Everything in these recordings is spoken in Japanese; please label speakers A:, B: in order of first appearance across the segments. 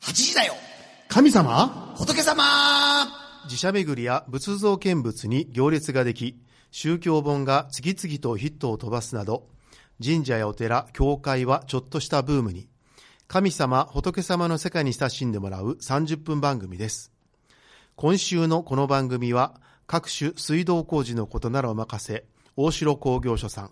A: 8時だよ
B: 神様
A: 仏様
C: 寺社巡りや仏像見物に行列ができ、宗教本が次々とヒットを飛ばすなど、神社やお寺、教会はちょっとしたブームに、神様、仏様の世界に親しんでもらう30分番組です。今週のこの番組は、各種水道工事のことならお任せ、大城工業所さん。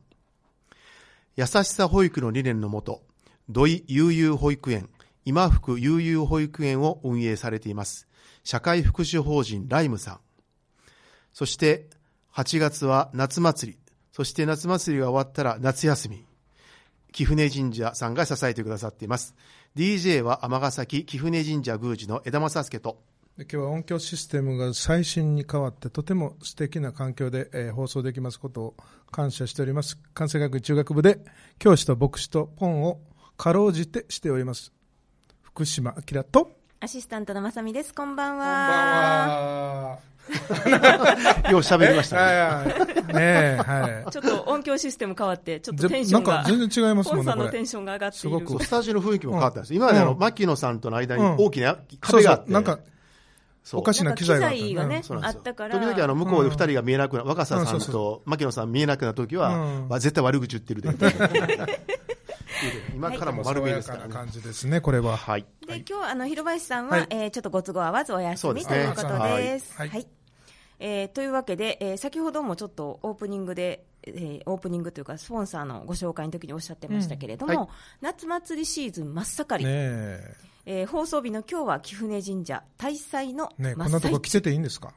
C: 優しさ保育の理念のもと、土井悠々保育園、今福悠々保育園を運営されています。社会福祉法人ライムさん。そして、8月は夏祭り。そして夏祭りが終わったら夏休み。貴船神社さんが支えてくださっています。DJ は尼崎貴船神社宮司の枝正介と、
D: 今日は音響システムが最新に変わってとても素敵な環境で、えー放送できますことを感謝しております関西学院中学部で教師と牧師とポンをかろうじてしております福島明と
E: アシスタントのまさみです。こんばん
D: あ
E: は。
C: よう喋りました
D: あ
C: ね。
D: はいねえは
E: ちょっと音響システム変わって、ちょっ
D: い
E: と
D: ぜ
E: テンショ
D: な
E: ン
D: ん
E: が。
D: か全然違います
E: ポ
D: も
E: ン
D: ん
E: さ
D: ね
E: ん
D: こ
E: のテ
D: れ
E: ンションが上がっている。
D: すごく
C: そうスタジオの雰囲気も変わったんです。今まであの、
D: うん
C: 牧野さんとの間に
D: うん
C: 大きな
D: そ
C: 壁
D: うそ
C: があっ
D: う
C: て。
D: なんか
C: そう
D: おかし
E: なん
D: な
E: か
D: 機
E: 機
D: 材があった
E: 材がね
C: そう、な
E: あ
C: んです
E: っ
C: よ
E: たから。
C: 時々あの向こうで
D: うん
C: 二人が見えなくな、若狭さ
D: うんんそう
C: と牧野さん見えなくなった時は、
D: うん
C: まあ絶対悪口言って るで。みたいな今からも丸見えですから
D: 爽やな
C: ね。
D: 感じですねこれは
C: はい。
E: で、今日、あの、広林さんは、
D: はい
E: えーちょっとご都合合わずお休
C: そうで
E: み
C: す
E: と
C: ね
E: いうことです。
D: は
E: はいい、
D: はい
E: えーというわけで、えー先ほどもちょっとオープニングで、えーオープニングというか、スポンサーのご紹介の時におっしゃってましたけれども、
C: うんは
E: 夏祭りシーズン真っ盛り、
D: ねえ
E: えー放送日の今日は貴船神社、大祭の
D: ねえ
E: 真
D: こん
E: っ
D: なと
E: 最
D: こ
E: 中
D: 着せていいん ですか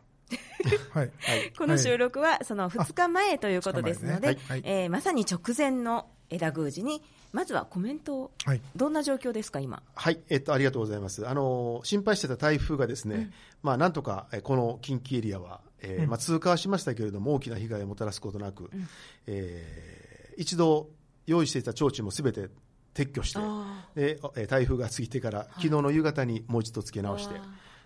D: はい
E: この収録はその2日前ということですの
D: はい
E: で
D: 二日前ね、
E: えーまさに直前の枝宮司に、まずはコメントを、
D: はい
E: どんな状況ですか、今。
C: はい、えっと、ありがとうございます。あの、心配してた台風がですね、まあ、なんとか、えこの近畿エリアは、えーまあ、通過はしましたけれども、大きな被害をもたらすことなく、えー一度用意していた提灯もすべて撤去して、でえー台風が過ぎてから、昨日の夕方にもう一度付け直して、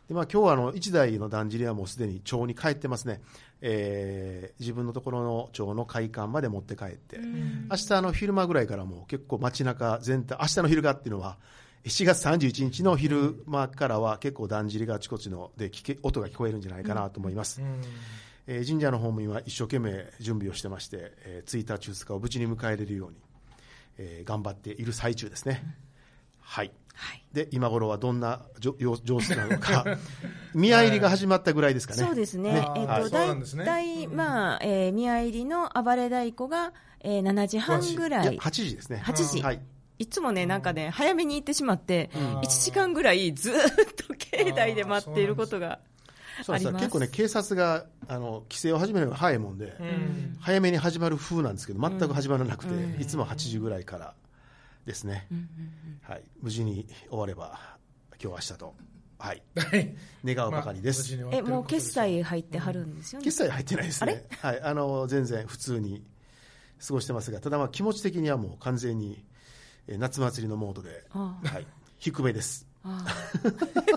C: でまあ今日はあの1台のだんじりはもうすでに町に帰ってますね、えー自分のところの町の会館まで持って帰って、明日の昼間ぐらいからもう結構街中全体、明日の昼間っていうのは、7月31日の昼間からは結構だんじりがあちこちので聞け音が聞こえるんじゃないかなと思います。えー神社の方も今一生懸命準備をしてまして、えー、1日2日を無事に迎えれるように、えー頑張っている最中ですね。はい。
E: はい
C: で、今頃はどんなじょ様様子なのか、 宮入りが始まったぐらいですかね。
E: そうですね、
D: ね
E: えっ、
D: はい
E: と、
D: そうな
E: だ
D: んですね
E: いたい、まあ、えー宮入りの暴れ太鼓が、えー7時半ぐら
C: いや、
E: い。
C: 8時ですね。
E: 8時
C: はい。
E: いつもね、なんかね、早めに行ってしまって、
D: ん
E: 1時間ぐらいずーっと境内で待っていることが
C: そう
E: あ
C: なん
E: り
C: です
E: ま
C: 結
E: す。
C: 構ね、警察が、あの、規制を始めるのが早いもんで、早めに始まる風なんですけど、全く始まらなくて、いつも8時ぐらいからですね。はい。無事に終われば、今日明日と、はい。願うばかりです。
E: え、もう決済入ってはるんですよね。
C: 決済入ってないですね。はい。あの、全然普通に過ごしてますが、ただまあ気持ち的にはもう完全に、えー夏祭りのモードで、
E: あ
C: はい。低めです。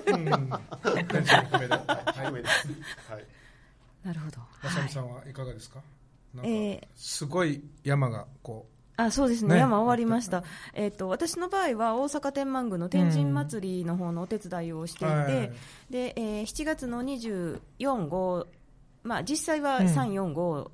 C: 低めです。はい。
E: なるほど。
D: まさみさんはいかがですかなんか
E: えー
D: すごい山がこ
E: あそうですね
D: ね
E: 山終わりました、えっと私の場合は大阪天満宮の天神祭りの方のお手伝いをしていて、
D: うんはい
E: でえー7月の24号、まあ、実際は3、4、5と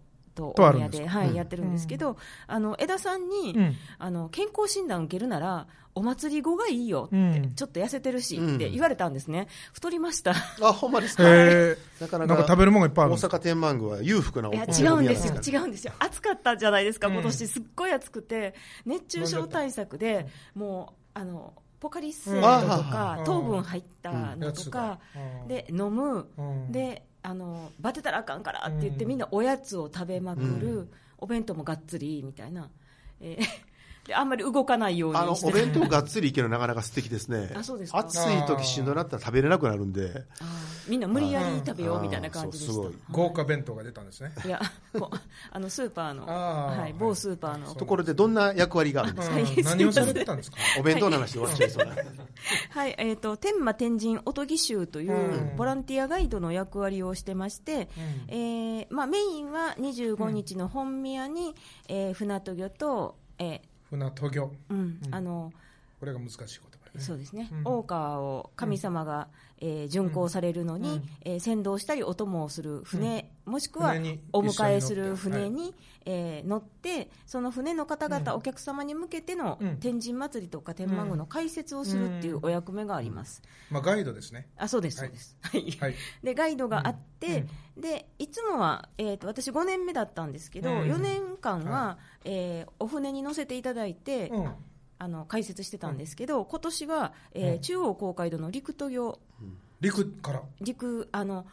D: とあ
E: 大
D: るん
E: 宮
D: です
E: で、はい、やってるんですけど、あの江田さんに、
D: うん
E: あの健康診断受けるならお祭り後がいいよって、
D: うん
E: ちょっと痩せてるし
C: うん
E: って言われたんですね、太りました。
C: あ、ほんまです
D: う
C: か。
D: へ
C: な
D: え
C: か
D: な
C: なんか
D: か食べるものがいっぱいあ
C: 大
D: るんですか
C: 阪天満宮は裕福ないお
E: や
C: お
E: 違うんですよ
C: お、宮なん
E: 違うんですよ、暑かったじゃないですか、今年すっごい暑くて、熱中症対策で、もうあのポカリスエットとか
D: う、ん
E: 糖分入ったのとか、
D: うん
E: で飲む、
D: うん
E: であのバテたらあかんからって言って、
D: うん
E: みんなおやつを食べまくる、
C: う
E: お弁当もがっつりみたいな、えー であんまり動かないよう
C: あの、
E: にして
C: お弁当がっつりいけるのなかなか素敵ですね。
E: あそうですか
C: 暑い時しんどなったら食べれなくなるんで。
E: あーみんな無理やり食べようみたいな感じでし
C: あー
E: た。
C: そう
E: はい
C: す
D: 豪華弁当が出たんですね
E: いやこうあのスーパーの
D: あー
E: はい、某スーパーの
C: ところでどんな役割があるんですか、
E: はい
D: うん何をされてたんですか
C: お弁当の話で終わっちゃいそう な。
E: はい、えっ、と、天満天神おとぎ衆という
D: うん
E: ボランティアガイドの役割をしてまして、
D: うん
E: えーまあ、メインは25日の本宮に、えー船渡魚と、え
D: 船渡魚
E: ーうんあの
D: これが難しい言葉よね。
E: そうですね、
D: うん
E: 大川を神様が、えー巡行されるのに、
D: うん
E: えー先導したりお供をする船、もしくは
D: 船に
E: お迎えする
D: 一緒に乗って
E: 船にえー乗ってその船の方々、
D: うん
E: お客様に向けての
D: うん
E: 天神祭りとか天満宮の解説をするっていうお役目があります、
D: まあガイドですね。
E: あそうです
D: は
E: そ
D: いう
E: です、はい
D: はい。
E: でガイドがあって、でいつもは、えー、と私5年目だったんですけど、
D: うん
E: 4年間は、
D: は
E: えーお船に乗せていただいて、
D: うん。うん
E: あの解説してたんですけど、今年は、えー
D: うん
E: 中央公会堂の陸渡御
D: 陸から。
E: 陸あの、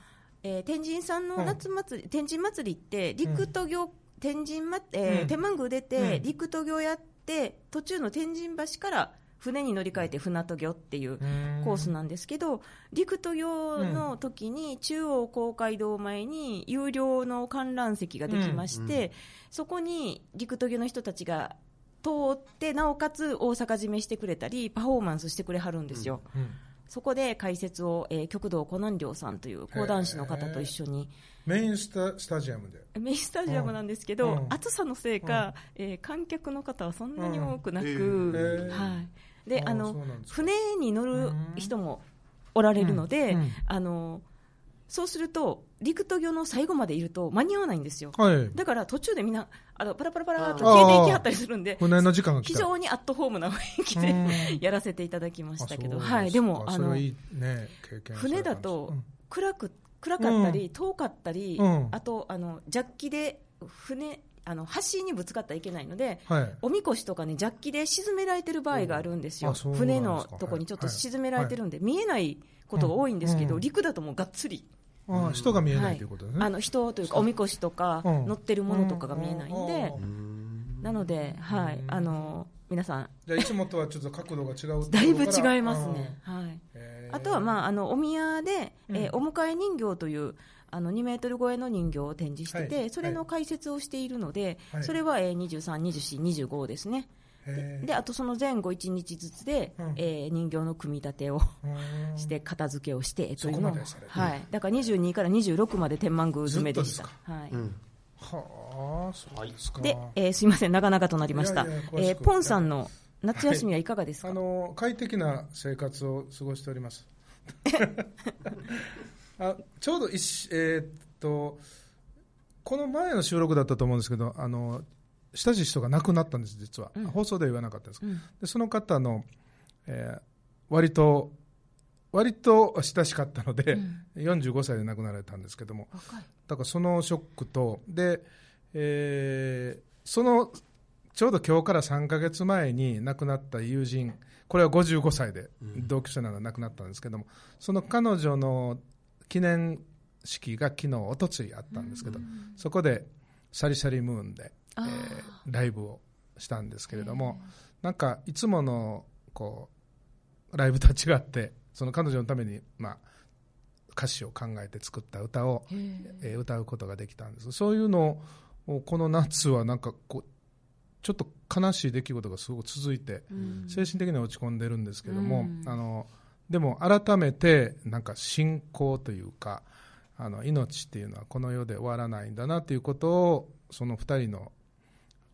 E: えー天神さんの
D: うん
E: 夏祭り、天神祭りって陸渡御、天神ま、えー
D: うん
E: 天満宮出て、
D: うん
E: 陸渡御やって途中の天神橋から船に乗り換えて船渡御っていうコースなんですけど、陸渡御の時に中央公会堂前に有料の観覧席ができまして、
C: うんう
E: そこに陸渡御の人たちが通って、なおかつ大阪締めしてくれたり、パフォーマンスしてくれはるんですよ。
D: うん。
E: そこで解説を、えー極道コナン亮さんという講談師の方と一緒に、
D: メインスタスタジアムで。
E: メインスタジアムなんですけど、
D: うん
E: 暑さのせいか、えー観客の方はそんなに多くなく、
C: うん
D: へー
E: はい、で
D: ー
E: あの
D: そうなんですか
E: 船に乗る人もおられるので、
D: うんうん
E: あのそうすると陸渡御の最後までいると間に合わないんですよ
D: はい。
E: だから途中でみんなあのパラパラパラっと
C: あー
E: 消えていきはったりするんで
D: 船の時間が来
E: 非
D: た。
E: 常にアットホームな雰囲気
D: うん
E: でやらせていただきましたけど、
D: あそう
E: はい、
D: すか
E: でもあ
D: それ
E: の
D: はいいね経験されたんです
E: 船だと
D: うん
E: 暗く暗かったり、遠かったり、
D: うん
E: あとあのジャッキで船あの橋にぶつかったらいけないので
D: はい。
E: おみこしとかね、ジャッキで沈められてる場合があるんです
D: う
E: よ、
D: んあそうなんです
E: 船
D: か
E: のとこにちょっと沈められてるんで、見えないことが多いんですけど、
D: うん
E: 陸だともうがっつり、
D: あー人が見え
E: は
D: ない
E: い
D: ということですね。
E: あの人というか、おみこしとか、
D: うん
E: 乗ってるものとかが見えないんで
D: う、
C: ん
E: なので、はい
D: うん
E: あの皆さん、
D: じゃあいつもとはちょっと角度が違う。
E: だいぶ違いますね。
D: あ
E: はい
D: ー。へー
E: あとは、まあ、あのお宮で、えー
D: う
E: お迎え人形というあの2メートル超えの人形を展示してて、
D: はい
E: それの解説をしているので、
D: はい
E: それは、えー、23、24、25ですね、
D: へー
E: であとその前後1日ずつで、
D: うん
E: えー人形の組み立てを
D: うん
E: して片付けをしてと
D: そ
E: いう
D: こ
E: の
D: ま
E: を
D: でされてる
E: はい、だから22から26まで天満宮詰めでし
D: ずったとで。
E: はい
C: うん
D: はあ、そうですか。
E: で、えーすいません、長々となりました。
D: いやいや詳しく
E: えーポンさんの夏休みはいかがですか、
D: あの快適な生活を過ごしており ます。あちょうど一し、えーっとこの前の収録だったと思うんですけど、あの親しい人が亡くなったんです、実は、
E: うん
D: 放送では言わなかったんですけど
E: うん
D: でその方の、えー割と、割と親しかったので、45歳で亡くなられたんですけども、
E: 若い
D: だからそのショックと、で、えーそのちょうど今日から3か月前に亡くなった友人、これは55歳で同居者なら亡くなったんですけども、その彼女の記念式が昨日おとついあったんですけど、そこでサリサリムーンで、え
E: あー
D: ーライブをしたんですけれども、なんかいつものこうライブとは違って、その彼女のために、まあ、歌詞を考えて作った歌を。
E: へー
D: えー歌うことができたんですそういうのをこの夏はなんかこうちょっと悲しい出来事がすごく続いて
E: うん
D: 精神的には落ち込んでるんですけども、
E: うん
D: あのでも改めてなんか信仰というかあの命っていうのはこの世で終わらないんだなということをその2人の、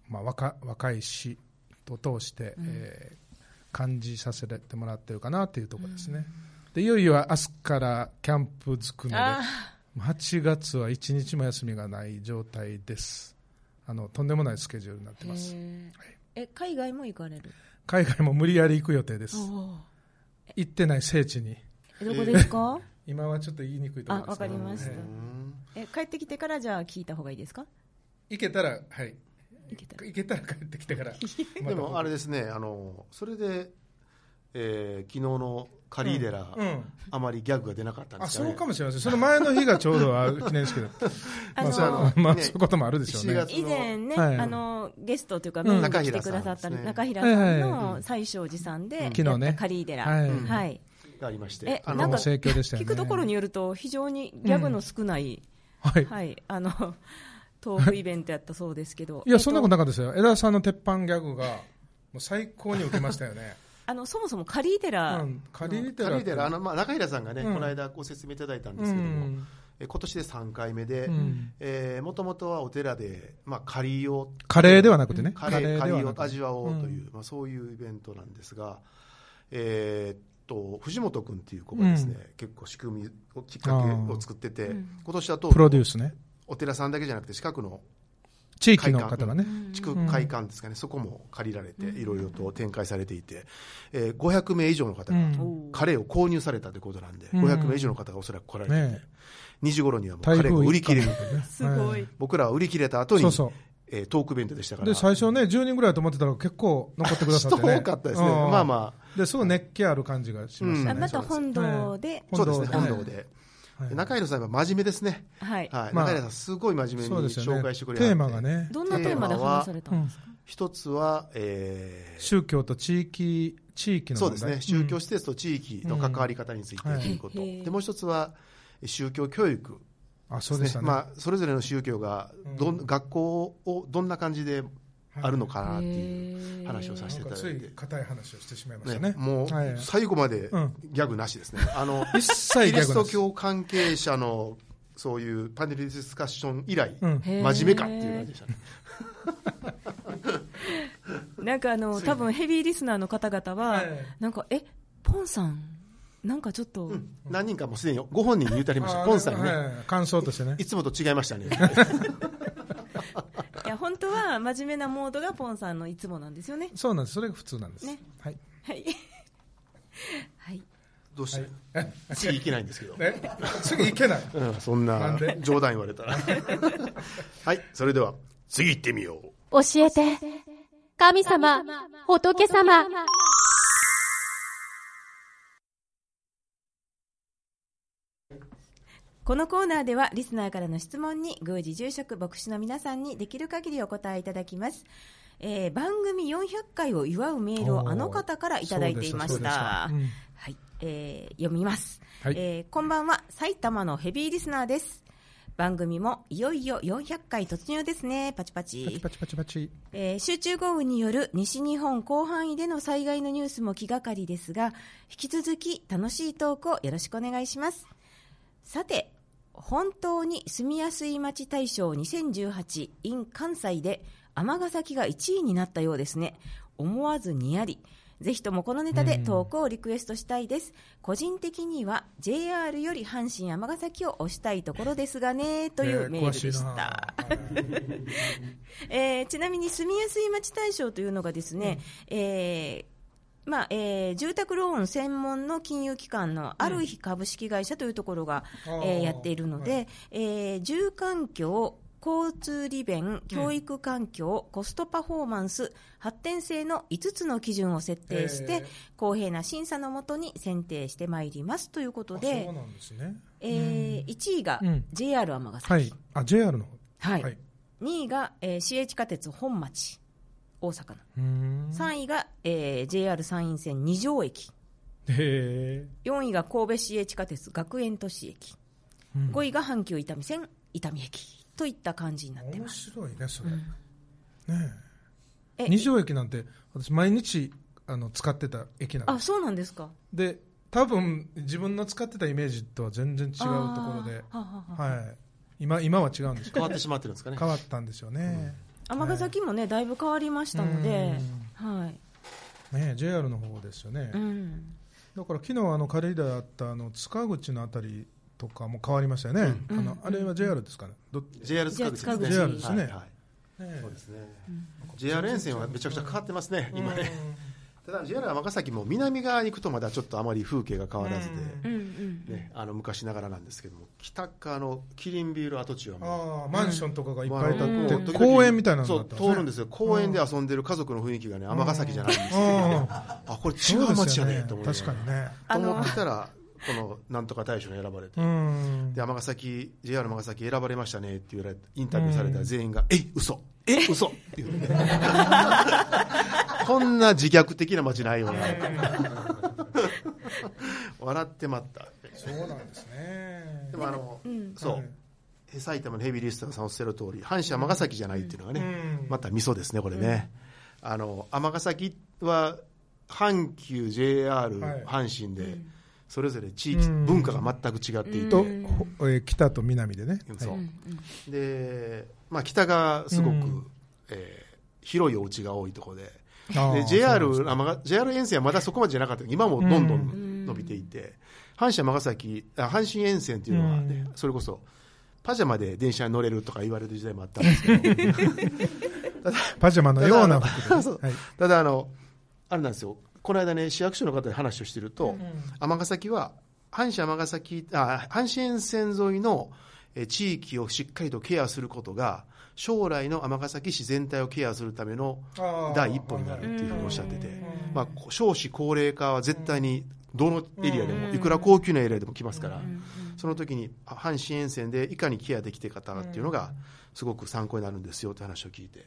D: まあ、若若い詩を通して、えー感じさせてもらってるかなというところですね。でいよいよ明日からキャンプづくので
E: あ
D: 8月は1日も休みがない状態ですあのとんでもないスケジュールになって
E: ー
D: ます
E: へーえ海外も行かれる
D: 海外も無理やり行く予定です行ってない聖地に
E: えどこですか、
D: 今はちょっと言いにくいところ
E: あ
D: で
E: わ
D: すけ
E: か
D: ど
E: りました、え帰ってきてからじゃあ聞いた方がいいですか
D: 行けたらはい
E: 行けたら
D: 行けたら帰ってきてから
C: でもあれ
D: れ
C: ですね、あのそれで、えー、昨日のカリーデラ、
D: うん
C: あまりギャグが出なかったんで
D: あ
C: すよ
D: そう
C: ね。
D: かもしれませんその前の日がちょうどあ記念式だ ま
E: あの
D: あそう
C: あの
D: まあ
C: ね
D: そういうこともあるでしょうね
C: 7月
E: 以前ね、
D: はい
E: あのゲストというか、
D: うん
E: メインで来てくださった中
C: 中
E: 平
C: 平
E: さん
D: はい
E: の西勝寺さんで、
D: ん昨日ね
E: やったカリーデラ、
D: はい
E: うんはい
C: がありまし
E: え
C: て、あ
D: な
C: の
D: んか盛況でしたよ
E: 聞
D: ね
E: くところによると、非常にギャグの少ない、
D: はい、
E: はい、あの トークイベントやったそうですけど、
D: いやそんなこと
E: と
D: なかったですよ江田さんの鉄板ギャグがもう最高に受けましたよね、
E: あのそもそもカリーデラ、
D: うん、カリーテ
C: カ
D: ラ
C: リーデラ、あのまあ、中平さんがね、
D: うん
C: この間ご説明いただいたん
D: う
C: ですけども、
D: ん
C: え今年で3回目で
D: う、ん
C: もともとはお寺で、まあ、カリーを
D: カレーではなくてね、
C: カレー
D: で
C: カリ
D: は
C: ー
D: な
C: を
D: くて
C: 味わおうという、まあ、そういうイベントなんですが、えーっと藤本君っていう子がですね、結構仕組みをきっかけを作ってて、
E: うん
C: 今年だと
D: プロデュースね。
C: お寺さんだけじゃなくて近くの
D: 地域の方がね。
C: 地区会館ですかね、そこも借りられていろいろと展開されていて、えー500名以上の方が
D: うん
E: おー
C: カレーを購入されたということなんで、
D: うん
C: 500名以上の方がおそらく来られてて、
D: ね
C: 2時頃にはもうカ
D: 台
C: レーが
D: 風
C: 売り切れる
D: 一過ね
E: すごい。
C: 僕らは売り切れた後に
D: そうそ
C: えートークイベントでしたか
D: う。
C: ら
D: で、最初ね、10人ぐらいと思ってたら結構残ってくださ
C: 人
D: ってね。
C: 多かったですね、
D: うん
C: まあまあ
D: で、すごい熱気ある感じがしまし
C: う
D: た
E: あ
C: ん
D: ね
E: ま。た本堂で、
D: 本
C: そ
D: 堂
C: うですね
D: はい
C: 本堂で、
D: はい
C: 中井さんは真面目ですね、
E: はい。
C: はい
D: まあ
C: 中井さんすごい真面
D: そ
C: 目
D: う
C: に
D: ですよね。
C: 紹
D: テ
C: 介してくれはって
D: ーマがね、
E: どんなテーマで話されたんですか。
C: 一つは、えー
D: 宗教と地域、地域の
C: そう
D: 問
C: で
D: 題
C: すね宗教施設と地域の関わり方についてと
D: うん
C: いうこと、
E: はい
C: でもう一つは宗教教育
D: あ、
C: で
D: そ
C: す
D: う
C: ね
D: でしたね。
C: まあ、それぞれの宗教がどん、
D: うん
C: 学校をどんな感じであるのかなっていう
E: へー
C: 話をさせ
D: な
C: てい
D: んか
C: た
D: つ
C: だいて
D: い。硬い話をしてしまいまし
C: ね
D: たね。
C: もう
D: はい
C: 最後まで
D: うん
C: ギャグなしですね、あの
D: 一切
C: キリスト
D: 逆
C: 教関係者のそういうパネルディスカッション以来、
D: なんです。
E: へー
C: 真面目かっていう感じでしたね、
E: なんかあの多分ヘビーリスナーの方々は、
D: ええ
E: なんかえポンさんなんかちょっと、
C: 何人かもうすでにご本人に言うてあり
D: うん。
C: まし
D: あ
C: た、
D: ー
C: ポンさんにね、
D: はい感想としてね
C: い。つもと違いましたね、
E: いや本当は真面目なモードがポンさんのいつもなんですよね。
D: そうなんです。それが普通なんです
E: ね。
D: はい。
E: はい。はい。
C: どうして、次いけないんですけど、
D: え 次行 けない。
C: うんそん
D: な
C: なん
D: で
C: 冗談言われた ら、はい、それでは次行ってみよう。
A: 教えて。神様、仏様。
E: このコーナーではリスナーからの質問に宮司住職牧師の皆さんにできる限りお答えいただきます。えー番組400回を祝うメールをあの方からいただいていまし
D: そうでした
E: た
D: そう。でし
E: はい、えー読みます、
D: はい
E: えーこんばんは埼玉のヘビーリスナーです番組もいよいよ400回突入ですねパチパチ
D: たパチパチパチパチ。
E: えー集中豪雨による西日本広範囲での災害のニュースも気がかりですが引き続き楽しいトークをよろしくお願いしますさて本当に住みやすい街大賞2018 in 関西で尼崎が1位になったようですね思わずにやりぜひともこのネタでトークをリクエストしたいです、個人的には JR より阪神尼崎を推したいところですがねというメールでした、
D: えー詳しいな
E: えーちなみに住みやすい街大賞というのがですね、えーまあえー住宅ローン専門の金融機関のある日株式会社というところが、
D: うんあー
E: えーやっているので、
D: は
E: えー住環境、交通利便、教育環境、コストパフォーマンス、発展性の5つの基準を設定して、
D: えー
E: 公平な審査のもとに選定してまいりますということ
D: はいあ
E: で
D: そう、なんですね。
E: えー1位が
D: うん
E: JR 尼崎、
D: はい。あ、JR の方。
E: はい
D: はい。
E: 2位が、えー、市営地下鉄本町、大阪の。
D: うーん。
E: 3位が、えー JR 山陰線二条駅
D: へ
E: 4位が神戸市営地下鉄学園都市駅
D: え。うん
E: 5位が阪急伊丹線伊丹駅といった感じになって
D: 面
E: ます
D: 白いね、それ。ねえ
E: え
D: 二条駅なんて、私、毎日あの使ってた駅なん
E: あ
D: です。
E: そうなんですか
D: で、多分自分の使ってたイメージとは全然違うところで、
E: あーははは
D: はい。今、今は違うんです
C: 変わってしまってるんですかね。
D: 変わったんですよね。
E: 尼崎もねだいぶ変わりましたのではい
D: ねえ JR の方ですよね。
E: うん
D: だから昨日あの軽井であったあの塚口のあたりとかも変わりましたよね、あのあれは JR ですかね、ど
C: JR 塚口
D: JR です
C: は
D: ね
C: いはい
D: ね
C: そうですね。JR 沿線はめちゃくちゃ変わってますね、今ね。ただ JR 尼崎も南側に行くとまだちょっとあまり風景が変わらず
E: う
C: で、
E: んうん
C: ね、あの昔ながらなんですけども、北側のキリンビール跡地はもう。
D: ああマンションとかがいっ
C: まあ
D: ぱい
C: あの
D: 建っ
C: 時々
D: て、公園みたいなの
C: そう
D: だった
C: 通るんですすよ公園で遊んでる家族の雰囲気がね尼崎じゃないんですよ
D: あ
C: あこれ違う街やねと思いな
D: 確
C: が
D: からにね
E: あ
C: と
E: の
C: 思ったらこのなんとか大賞に選ばれて
D: うん
C: で尼崎 JR 尼崎選ばれましたねって言われてインタビューされたら全員が「え嘘え嘘って言うてこんな自虐的な街ないよな笑ってまった
D: そうなんですね
C: でもあの、
E: うん
C: そう、埼玉のヘビーリスターさんおっしゃる通り阪神尼崎じゃないっていうのがね、
D: うん
C: また味噌ですねこれね、あの尼崎は阪急 JR、
D: はい
C: 阪神で、それぞれ地域、文化が全く違っていて、
D: と、ほえー北と南でね、
C: そう、
D: はい
C: で、まあ、北がすごく、
D: うん
C: えー広いお家が多いところで
D: あー
C: で JR, あまが JR 沿線はまだそこまでじゃなかったけど今もどんどん伸びていて、阪神尼崎あ阪神沿線っていうのは、ねそれこそパジャマで電車に乗れるとか言われる時代もあったんですけど
D: パジャマのような服
C: ただ そう
D: はい
C: ただあのあれなんですよこの間ね市役所の方で話をしてると尼、崎は阪神尼崎あ阪神沿線沿いのえー地域をしっかりとケアすることが将来の尼崎市全体をケアするための
D: あー
C: 第一歩になるっていうふうにおっしゃってて、まあ、少子高齢化は絶対にどのエリアでも、いくら高級なエリアでも来ますから、その時にあ阪神沿線でいかにケアできてる方っていうのが、すごく参考になるんですよって話を聞いて、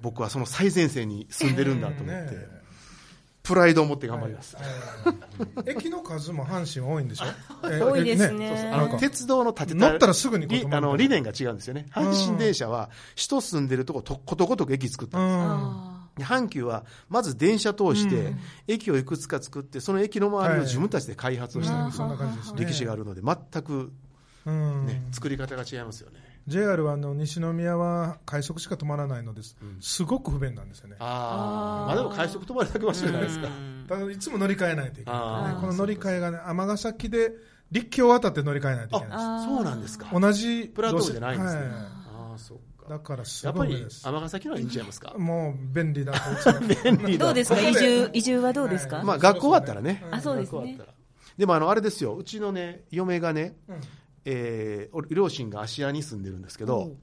C: 僕はその最前線に住んでるんだと思って、プライドを持って頑張ります。
D: 駅の数も阪神多いんでしょ
E: 多いですね
D: そうそう
C: あ
D: なん
C: の
D: か
C: 鉄道の建て
D: 乗ったらすぐに
C: りあの理念が違うんですよね、阪神電車は、人住んでるとことことごとく駅作ったんですよ
E: あ
C: で阪急はまず電車通して、駅をいくつか作って、その駅の周りを自分たちで開発をした
D: うん
C: りす
D: そ
C: る
D: んな感じですね
C: 歴史があるので、全く、
D: うん
C: ね作り方が違いますよね。
D: JR はあの西宮は快速しか止まらないのです、すごく不便なんですよね、
C: あ
E: あ
C: あ、ま
E: ー
C: あでも快速止まるだけはしじゃないですか。
D: ただいつも乗り換えないといけない、
C: あ
D: ね
C: ー
D: この乗り換えがね、尼崎で陸橋を渡って乗り換えないといけない
C: あ、そうなんですか。
D: 同じ
C: プラトーじゃないんですね。
D: は
C: ああ、そっ
D: い
C: か
D: だ。からす
C: やっ
D: ご
C: ぱ
D: い
C: り
D: です、
C: 尼崎のはいいんちゃいますか。
D: もう便利だとい つも
E: ーどうですか
D: ここ
E: 移住移住はどうですか、
C: まあ学校終わったらね。
E: あそうで
C: 学
E: すね
C: 校終わったらでもあのあれですよ、うちのね嫁がね、
D: うん
C: えーお両親が芦屋に住んでるんですけど、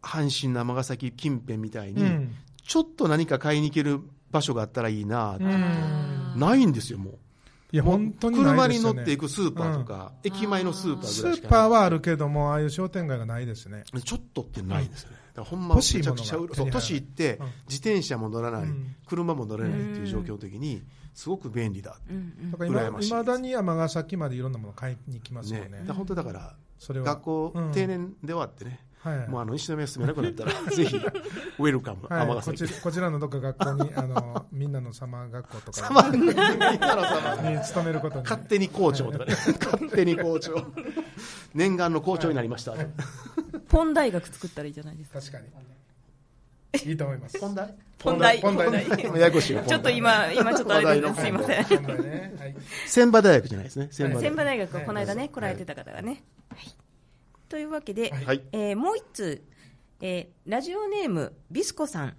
C: 阪神尼崎近辺みたいに、
D: うん
C: ちょっと何か買いに行ける場所があったらいいな、
D: うん
C: ないんですよ、も
D: いや
C: う。
D: 本当に
C: もう
D: な
C: 車
D: いで
C: に
D: す
C: 乗
D: よ
C: っ
D: ね
C: ていくスーパーとか、駅前のスーパー
D: ス
C: ぐらいしかない
D: ーパーはあるけども、ああいう商店街がないですね。
C: ちょっとってないんですよね。だからほんま、
D: 欲
C: め
D: しい
C: ち
D: も
C: ゃく
D: のが
C: ちゃ売る。そう、
D: 手に入らない
C: 都市行って
D: うん、
C: 自転車も乗らない
D: うん、
C: 車も乗れないっていう状況的に、すごく便利だ。
E: うんうん
D: だから
C: 羨
D: 今
C: ましいです
D: 未だに尼崎までいろんなもの買いに行きますよ
C: ね
D: ね。。
C: だから本当だから、
D: それは
C: 学校
D: うん
C: 定年で終わってね、
D: はい
C: もうあの、一度目住めなくなったら、 ぜひ、ウェルカム、
D: はい
C: 尼
D: こち
C: 崎。
D: こちらのどっか学校に、あの、みんなのサマー学校とか
C: まあみんなの様
D: に勤めることに。
C: 勝手に校長とかね。勝手に校長。念願の校長になりました。
E: ポン大学作ったらいいじゃないですか
D: 確かに。いいと思います。
C: 本題
E: ポン大
D: ポン大ね
C: ややこしいよ
E: ちょっと今今ちょっとあれですすいません
D: 本題ね。はい。
C: 千葉大学じゃないですね。千葉
E: 千葉
C: 大
E: 大学をこの間ね来られてた方がね、はいというわけで、
C: 学。はい。
E: えーもう一つ、えーラジオネームビスコさん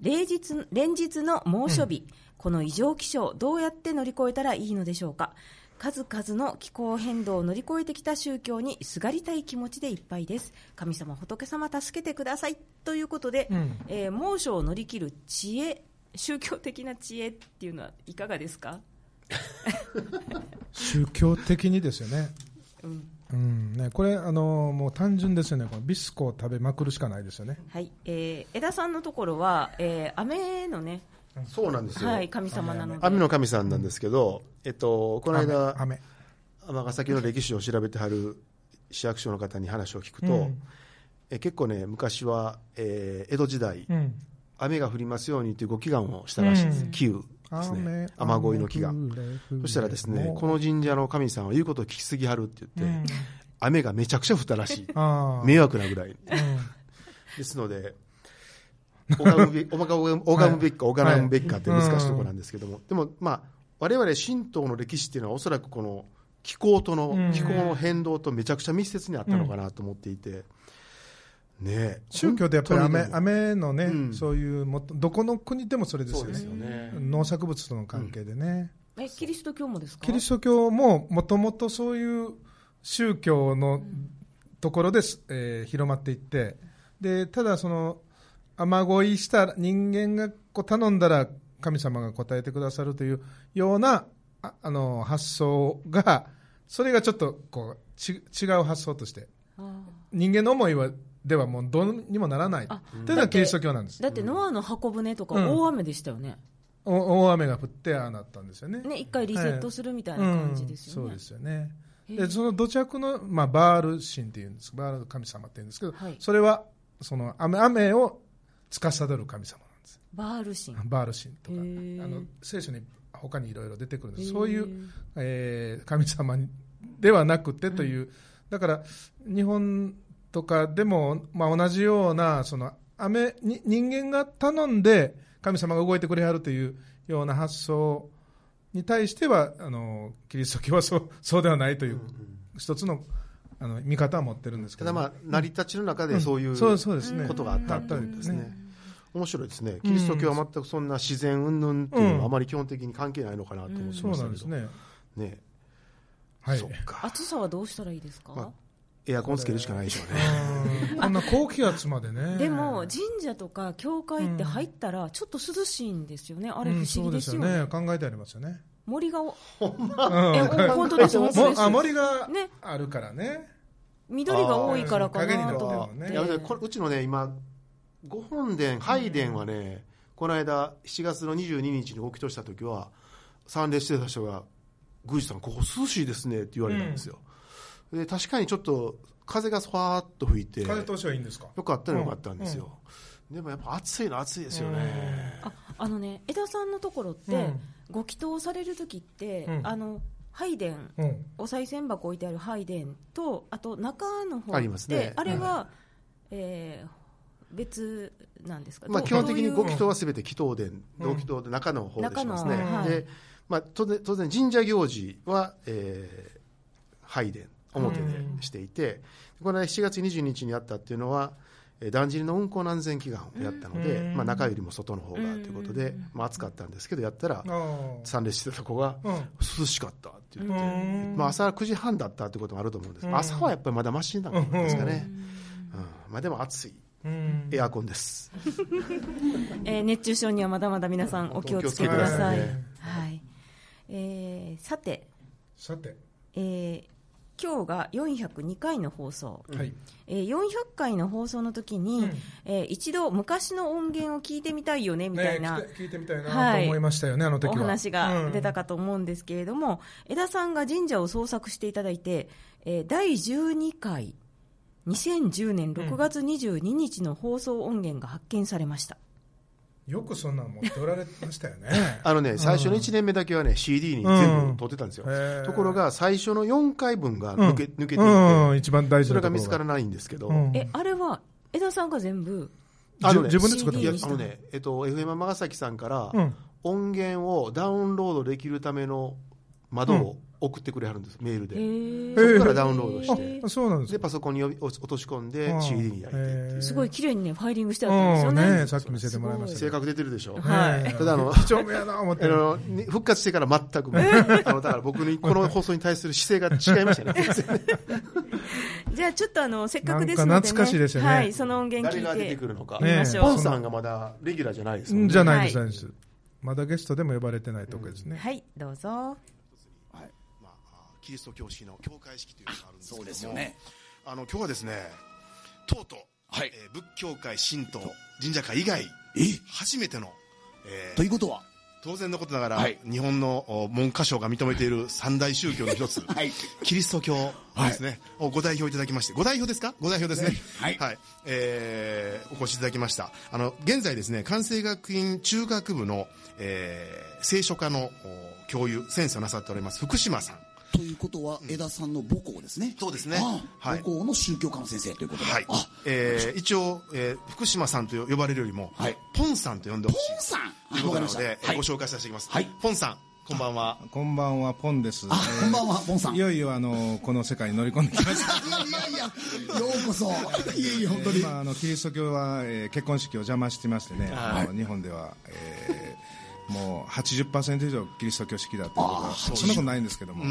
E: 連日連日の猛暑日、この異常気象どうやって乗り越えたらいいのでしょうか数々の気候変動を乗り越えてきた宗教にすがりたい気持ちでいっぱいです神様仏様助けてくださいということで、
D: うん
E: えー猛暑を乗り切る知恵宗教的な知恵っていうのはいかがですか、
D: 宗教的にですよね。
E: うん
D: うん。ね、これ、あの、もう単純ですよね。このビスコを食べまくるしかないですよね。
E: はいえー、枝さんのところは、えー雨のね、
C: そうなんですよ。
E: はい、神様なので
C: 雨の神さんなんですけど、えっと、この間、
D: 雨。雨
C: 尼崎の歴史を調べてはる市役所の方に話を聞くと、
D: うん
C: え結構ね、昔は、えー江戸時代、
D: うん。
C: 雨が降りますようにというご祈願をしたらしいです、
D: うん
C: 祈雨ですね、雨乞いの祈願、そしたらですね、こ
D: の、
C: の神社の神さんは言うことを聞きすぎはるって
D: う
C: 言って、
D: ん
C: 雨がめちゃくちゃ降ったらしい、
D: ああ。
C: 迷惑なぐらい、
D: うん
C: ですの で、拝むべき拝むべきか拝らむべきかって難しいところなんですけども、でも、まあ、我々神道の歴史っていうのは、おそらくこの気候との、
D: うん
C: 気候の変動とめちゃくちゃ密接にあったのかなと思っていて、ねえ
D: 宗教でやっぱり雨
C: 本当に
D: 雨のね、
C: うん
D: そういうもっと、どこの国でもそれです
C: そう
D: よ
C: で
D: ね
C: すよね。
D: 農作物との関係でね、
E: えキリスト教もですか
D: キリスト教ももともとそういう宗教のところです、えー広まっていって、でただ、その雨乞いした人間がこう頼んだら神様が答えてくださるというようなああの発想が、それがちょっとこうち違う発想として、
E: あー
D: 人間の思いはではもうどうにもならない
E: あ
D: というのがキリスト教なんです。
E: だってノアの箱舟とか
D: うん
E: 大雨でしたよね、
D: お大雨が降ってああなったんですよね。
E: ね一回リセットするみたいな感じですよ
D: うんそ
E: ね、
D: うですよね。
E: へえ
D: で、その土着の、まあ、バール神っていうんですバール神様って言うんですけど、
E: はい
D: それは、その雨、雨を司る神様なんです。
E: バール神
D: バール神と
E: へ
D: か、
E: え
D: あの、聖書に他にいろいろ出てくるんで
E: へ
D: す。
E: え
D: そういう、えー神様にではなくてという、だから、日本とかでも、まあ、同じような、その、雨に人間が頼んで神様が動いてくれはるというような発想に対してはあのキリスト教はそう そうではないという、一つのあの見方は持ってるんですけ
C: た
D: ど
C: だまあ成り立ちの中でそういう
D: そうそうですね
C: ことがあったっていうんです
D: うん
C: ね。面白いですね。キリスト教は全くそんな自然云々っていうのはあまり基本的に関係ないのかなと思ってました
D: そう
C: けど。
D: なんですね
C: ね。
D: はい
C: そっか。
E: 暑さはどうしたらいいですか、
C: まエアコンつけるしかないでしょうね。
D: うんこんな高気圧までね
E: でも神社とか教会って入ったらちょっと涼しいんですよね、あれ
D: う
E: 不
D: ん
E: 思議ですよね,、
D: そうですよね考えてありますよね
E: 森がお
D: うん
E: え本当です本当です
D: もあ森が
E: ね
D: あるからね
E: 緑が多いからか
D: あー
E: な
D: 影に
E: と
D: な
E: 思
D: っ
E: ってて
D: るもん
C: い
D: ね
C: やでこれうちのね今五本殿拝殿はね、この間7月の22日に起きとした時は参礼してた人が宮司さんここ涼しいですねって言われたんですよ、で確かにちょっと風がふわーっと吹いて
D: 風通しはいいんですか
C: よかったらよかったんですよ、でもやっぱ暑いの暑いですよね、
E: ああのね江田さんのところって、
D: うん
E: ご祈祷される時って、
D: うん
E: あの拝殿
D: うん
E: お賽銭箱置いてある拝殿とあと中の方
C: ありますね
E: であれは、えー別なんですか、
C: まあ、
E: どう
C: 基本的に
E: ど
C: ご
E: ういう
C: 祈祷はすべて祈祷殿、同祈祷で中の方でしますね、
E: 中のはい
C: でまあ、当然当然神社行事は、えー、拝殿表でしていて、この間7月22日にあったっていうのはえーだんじりの運行難前祈願をやったので、
D: うん
C: まあ、中よりも外の方がということで、
E: うん
C: まあ、暑かったんですけどやったら
D: あー
C: 参列してた子が
D: うん
C: 涼しかったって言って、
D: うん
C: まあ、朝9時半だったってこともあると思うんです、
D: うん
C: 朝はやっぱりまだマシなんですかね、
E: うん
C: うんまあ、でも暑い
D: うん
C: エアコンです。
E: えー熱中症にはまだまだ皆さんお気をつけください。はい。えーさて、
D: さて
E: えー今日が402回の放送。
D: はい
E: えー400回の放送の時に、
D: うん
E: えー一度昔の音源を聞いてみたいよねみた
D: ね
E: いな。
D: 聞いて聞いてみたいな
E: は
D: と
E: い
D: 思いましたよねあの時は
E: お話が出た
D: か
E: かと思うんですけれども、江田さんが神社を捜索していただいて、えー第12回2010年6月22日の放送音源が発見されました、
D: よくそんなん持っておられましたよ ね
C: あのね、最初の1年目だけはね、CD に全部撮ってたんですよ
D: うんへー。
C: ところが、最初の4回分が
D: うん
C: 抜け,、抜けていて、
D: うん一番大事
C: それ
D: なところ
C: が見つから
D: な
C: ないんですけど、
E: えあれは江田さんが全部
C: あのね
D: 自分で作った
C: い
D: の
C: や
E: にし
C: あ
E: た
C: のね、えっと、FM 尼崎さんから
D: うん
C: 音源をダウンロードできるための窓を送ってくれはるんです、メールで。
E: え
D: そっ
C: からダウンロードして
D: あそうなんです
C: で、
D: か
C: パソコンに呼び落とし込ん
D: う
C: で
D: ん
C: CD に焼いてっていう
D: へー
E: すごい綺麗にねファイリングしてあったんです
D: う
E: よ
D: ん
E: ね
D: ねさっき見せてもらいましたけ
C: 性
D: ど
C: 格出てるでしょ。
E: はい
D: ね
C: ただあ の
D: 几帳面やな思っ
C: あ
D: てる
C: のね復活してから全く、あのだから僕にこの放送に対する姿勢が違いましたね、
E: じゃあちょっとあのせっかくですので、ね、
D: なんか懐かしいですよね
E: はい、その音源
C: 誰が
E: 聞
C: 出
E: い
C: て
E: て
C: くるのか、
E: みましょう、
C: ポンさんがまだレギュラーじゃないですもん
D: うん
C: ね
D: じゃないです
E: は
D: ないですまだゲストでも呼ばれてないとこですね
E: はいどうぞ
C: はいまあ、キリスト教式の教会式というのがあるんですけども
B: そうですよね
C: あの今日はですねとうとう、
B: はい
C: えー仏教界神道神社界以外
B: え
C: 初めての、えー
B: ということは
C: 当然のことながら、
B: はい
C: 日本のお文科省が認めている三大宗教の一 つ、
B: はい
C: キリスト教ですね、をご代表いただきましてご代表ですかご代表ですね
B: はい
C: えーお越しいただきましたあの現在ですね関西学院中学部の、えー聖書科のお教諭先生をなさっております福島さん
B: ということは江田さんの母校ですね、
C: そうですね
B: ああ
C: はい
B: 母校の宗教家の先生ということで、
C: はい
B: あ、
C: えー一応、えー福島さんと呼ばれるよりも、
B: はい
C: ポンさんと呼んで
B: ポ
C: ほ
B: ン
C: しい
B: さん
C: とい
B: あ
C: うこ
B: わかりま
C: となの
B: した
C: で、
B: はい
C: ご紹介させていただきます、
B: はい
C: ポンさんこんばんは
F: こんばんは、ポンです。
B: あ
F: えー
B: こんばんはポンさん
F: いよいよ、あの、この世界に乗り込んできました。
B: いやいやようこそいえいえ本当に、
F: 今、あの、キリスト教は、えー結婚式を邪魔してましてね、
C: は
F: あ
C: い
F: の日本では、えーもう80%以上キリスト教式だということ
B: あ
F: は、
B: ー
F: そんなことないんですけども、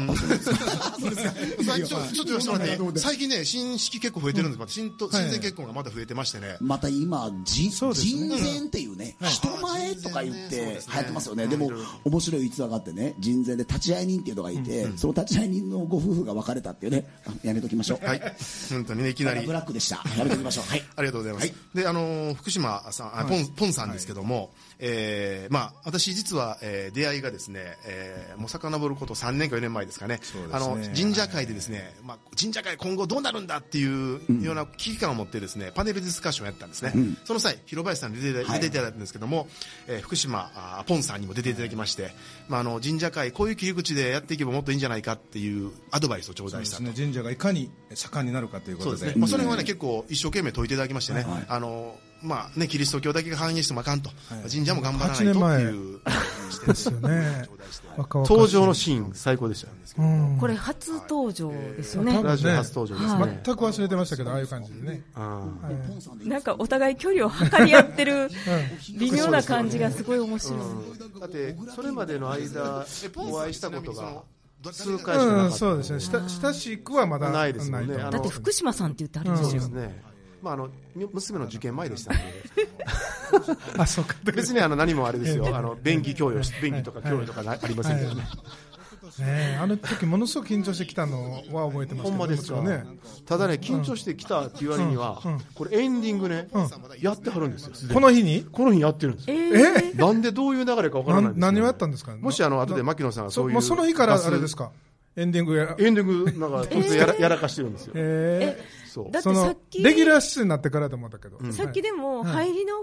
C: 最ちょちょっと言わせてもらっていい最近ね、新式結構増えてるんです、また新と新前結婚がまた増えてましてね、
B: また今人,、
F: そうです
B: 人
F: ね
B: 前っていうね、人前とか言って流
C: 人前ね
B: 行
C: そうですね
B: ってますよね、
C: はい
B: でも
C: いろいろ
B: 面白い逸話があってね人前で立ち会い人っていうのがいて、その立ち会い人のご夫婦が別れたっていうねあやめときましょう
C: はい、本当にね、いきなり
B: ブ。ラックでしたやめときましょうはい
C: ありがとうございます。
B: はい
C: で、あのー福島さん、あポン、ポンさんですけども、えーまあ、私実は、えー出会いがですね、えー、もう遡ること3年か4年前ですかね、
F: そうですね
C: あの、神社会でですね、まあ、神社会今後どうなるんだっていうような危機感を持ってですね、パネルディスカッションをやったんですね。その際、広林さんに出ていた
B: はい
C: 出ていただいたんですけども、えー福島あポンさんにも出ていただきまして、まあ、あの、神社会こういう切り口でやっていけばもっといいんじゃないかっていうアドバイスを頂
F: そう
C: 戴
F: で
C: した
F: す
C: と
F: ね、。神社がいかに盛んになるかというこ
C: そう
F: と
C: です
F: で
C: ね、、まあ、それはね、結構一生懸命解いていただきましてね、あの
G: まあね、キリスト教だけが反映してもあかんと、神社も頑張らないと
D: 8年前
G: っていう視点
D: ですよね
G: 頂戴して
D: 若々しい
G: 登場のシーン、最高でした
D: うん
E: これ初登場ですよ
D: は
E: ね
D: い。
G: ラジオ初登場ですね。
E: は
D: 全く忘れてましたけど、ああいう感じでね。
G: うん
D: はい
B: ポンさんでいい
E: な
B: で
E: ん
B: すか
E: かお互い距離を測り合ってる
B: うん
E: 微妙な感じがすごい面白い。
G: だって、それまでの間、お会いしたことが数回しかな
D: う
G: かっ
D: ん、
G: た。
D: そうですね。親親しくはまだ
G: ないですもん
D: な
G: ね
D: いと
G: あの
E: だって福島さんって言ってあるんです
G: そうで
E: よ
G: す。ね。まああのみ娘の受験前で したので、
D: あ、そうか。
G: 別にあの何もあれですよ、あの便宜供与し、便宜とか供与とかなありませんけどね。
D: ねえあの時ものすごく緊張してきたのは覚えてますけど
G: ほんまですか
D: もちろんね。
G: ただね、緊張してきたっていう割には
D: うんうん、
G: これエンディングね、やってはるんですよ。すでに
D: この日に
G: この日やってるんです
E: え
G: よ。
E: ー
G: なんでどういう流れかわから
D: な
G: ないんですよ
D: 何をやったんですか
G: もしあの後で牧野さんが
D: そ
G: そう
D: う
G: いう。
D: もうその日からあれです
G: か
D: かエンディングや。
G: エンディング、なんか突然やらや らかしてるんですよ。
D: え
G: そう
E: だ。って
D: その
E: さっき
D: レギュラー出演になってからと思ったけど、
G: ん
D: はい
E: さっきでも
D: はい
E: 入りの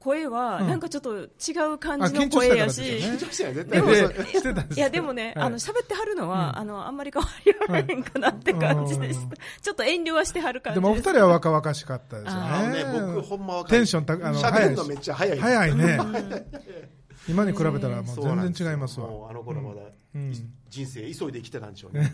E: 声は
D: うん
E: なんかちょっと違う感
D: あ
E: じの
D: 緊張した
E: 声
D: から
E: や
D: です
E: し。
D: よね
G: 緊張してない絶
E: で
G: 対
E: も、
D: え
E: いや
D: えしてたんですよ
E: いやでもね、
D: はい
E: あの喋ってはるのは、
D: うん
E: あのあんまり変わりはれへんかなって感じで
D: う
E: す
D: ん。
E: ちょっと遠慮はしてはる感
D: で
E: じ
D: もお二
E: です。
D: 人は若々しかったですよ
E: あ
G: あのね
D: ね
G: 僕ほんまわかる
D: テンション高あの
G: 喋るのめっちゃ早い。
D: 早いね今に比べたらもう
G: そうなん
D: 全
G: です
D: 然
G: よ
D: 違いますわ
G: もうあの頃まだ
D: うん
G: 人生急いで生きてたんでしょうね。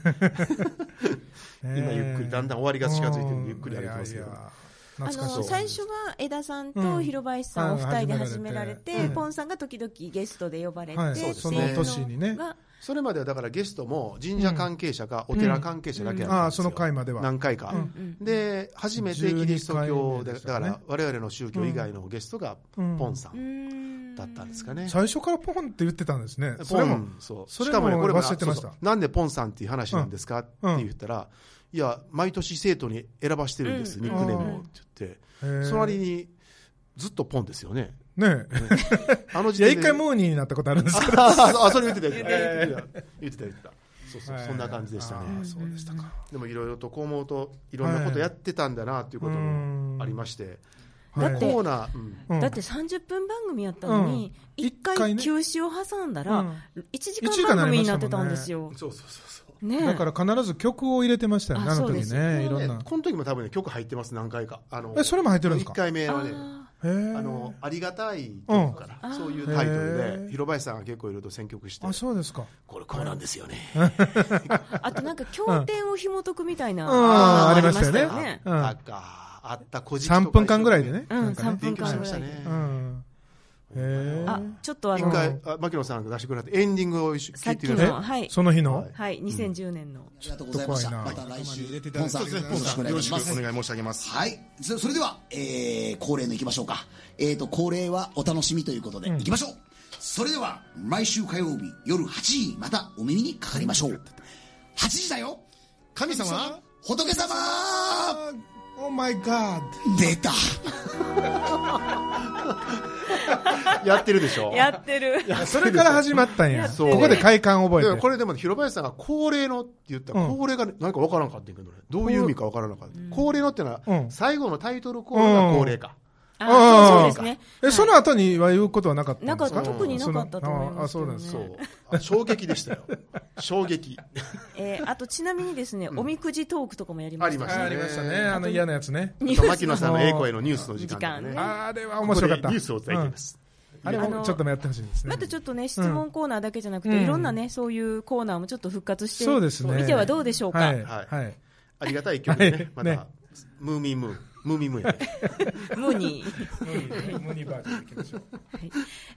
G: 今ゆっくりだんだん終わりが近づいてるんでゆっくり歩いてますけど
D: うんいやいや
E: あ
D: 懐かしい
E: の最初は枝さん
D: う
E: と
D: ん
E: 広林さんお二人で始められ
D: う
E: て、
D: ん
E: ポンさんが時々ゲストで呼ばれて、
D: はい
E: ってい
D: そう
G: ですね
E: う
D: その年にね
E: のが
G: それまではだからゲストも神社関係者かお寺関係者だけだったんですよ、
D: うんうんああその回までは
G: 何回か、
E: ん
G: で初めてキリスト教
D: 12回目
G: で
D: でした
G: だか
D: ね
G: ら我々の宗教以外のゲストが
D: うん
G: ポンさ
E: うんーん
G: だったんですかね、
D: 最初からポンって言ってたんですねそ
G: ポ
D: れも
G: ンそう
D: それも
G: しかもねこれも
D: 忘れてました
G: そうそうなんでポンさんっていう話なんですか、
D: うん
G: って言ったらいや毎年生徒に選ばしてるんです、
E: うん
G: ニックネームをって言って、
D: へー
G: その割にずっとポンですよね
D: ねえ
G: あの時
D: いや
G: 点で
D: 一回モーニーになったことあるんですけど
G: あそう あそれ言ってた言ってた言ってた言ってた言ってたそうそう、
D: はい
G: そんな感じでしたね
D: あーそうでしたか
G: でもいろいろとこう思うといろんなことやってたんだなということもありまして、
D: はい
E: だって
G: コーナー、うん
D: うん
E: だって30分番組やったのに、
D: うん
E: 一
D: 一回
E: 回
D: ね
E: 休止を挟んだら、一時
D: 一時
E: 間
D: 間
E: 番組になってたんですよ。
G: そうそうそうそう
E: ね
D: だから必ず曲を入れてましたよね
E: あ
D: あの
E: そうで
D: 時
E: す
D: ねいろ
G: こ
D: ん
G: の
D: な
G: ねこの時も多分ね曲入ってます何回かあの
D: えそれも入ってるんです
G: 1
D: か
G: 回目はね
E: あ
D: へー
G: あのありがたい曲から、
E: うん
G: そういうタイト
D: へ
G: ル
D: ー
G: で広林さんが結構いろいろと選曲して
D: あそうですか
G: これこうなんですよね
E: あとなんか経典を紐解くみたいな、
D: うんあーありましたよね
E: ありま
G: あ
D: うん
G: ったかあった小じ
D: 3分間ぐらいでね
E: うん
D: なんかね
E: 3分間ぐらいで
G: 勉強しました
D: う
G: ね
D: んへー
E: あちょっとあ
G: 一
E: の、
G: 回、あ牧野さんが出してくれたエンディングを一緒に聞いて
E: さっ
G: くだ
E: き
G: さ
D: え
G: い
E: の。はい
D: その日の
E: はい、2010年の。
B: ありがとうございました。
D: ちょっ
B: ま
D: と
B: た来週
C: 入れてい、た
B: ポ
C: だい
B: ン
C: て
B: さん、よろしくお願いします。
C: よろしくお願い申し上げます
B: はい。そそれでは、えー、恒例のいきましょうか。えーと、恒例はお楽しみということで、いきましょう。それでは、毎週火曜日夜8時、またお耳にかかりましょう。8時だよ
C: 神様
B: 仏様
D: オーマイガー
B: 出た
G: やってるでしょ
E: やってる。
D: ドそれから始まったんや
G: そう
D: ここで快感覚
G: で
D: え
G: も
D: て
G: これでも広林さんが恒例のって言ったら、
D: うん
G: 恒例が何か分からんかったんやけどね。どういう意味か分からなかった。恒例のってのは、
D: うん
G: 最後のタイトルコールが恒例か。
E: あ
D: あ
E: そう
D: ー
E: そうですね。
D: えその後には言うことはなかったんですか
E: なかった特になかったと思います
D: そのああそうなんです
E: う
G: そ
E: ん
G: う。あ衝撃でしたよ。衝撃。
E: えーあとちなみにですね、おみくじトークとかもやりましたね。
G: あ
D: ありましたねあの嫌なやつね
E: ニュースの
G: 牧野さんの英声のニュースの時間とか
E: 時間
G: ね。
D: あれは面白かっ
G: ここ
D: た
G: でニュースをお伝えしています。
D: うんあれもちょっともやってほしいですね
E: あとちょっとね、質問コーナーだけじゃなくて、
D: うん
E: いろんなね、そういうコーナーもちょっと復活して、
D: そうですね
E: 見てはどうでしょうか。
D: はい
G: はい
D: はい
G: ありがたい曲
D: は
G: でね
D: い。
G: また、
D: ね
G: ムーミームー。ムーミームーやね。
E: ムーニー。
D: モニバージョンいきましょう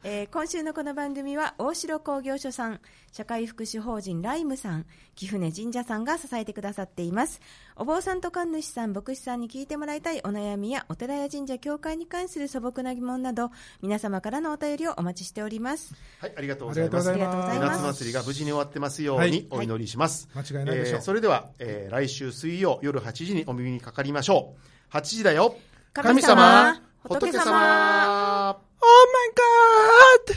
E: えー今週のこの番組は大城工業所さん社会福祉法人ライムさん貴船神社さんが支えてくださっていますお坊さんと神主さん牧師さんに聞いてもらいたいお悩みやお寺や神社教会に関する素朴な疑問など皆様からのお便りをお待ちしております
G: はい、ありがとうございます。
D: ありがとうございます
G: 夏祭りが無事に終わってますよう
D: は
G: に
D: い
G: お祈りします。
D: はい間違いないでしょう
G: えーそれでは、えー来週水曜夜8時にお耳にかかりましょう。8時だよ。
E: 神様
G: 仏様。
D: Oh my God!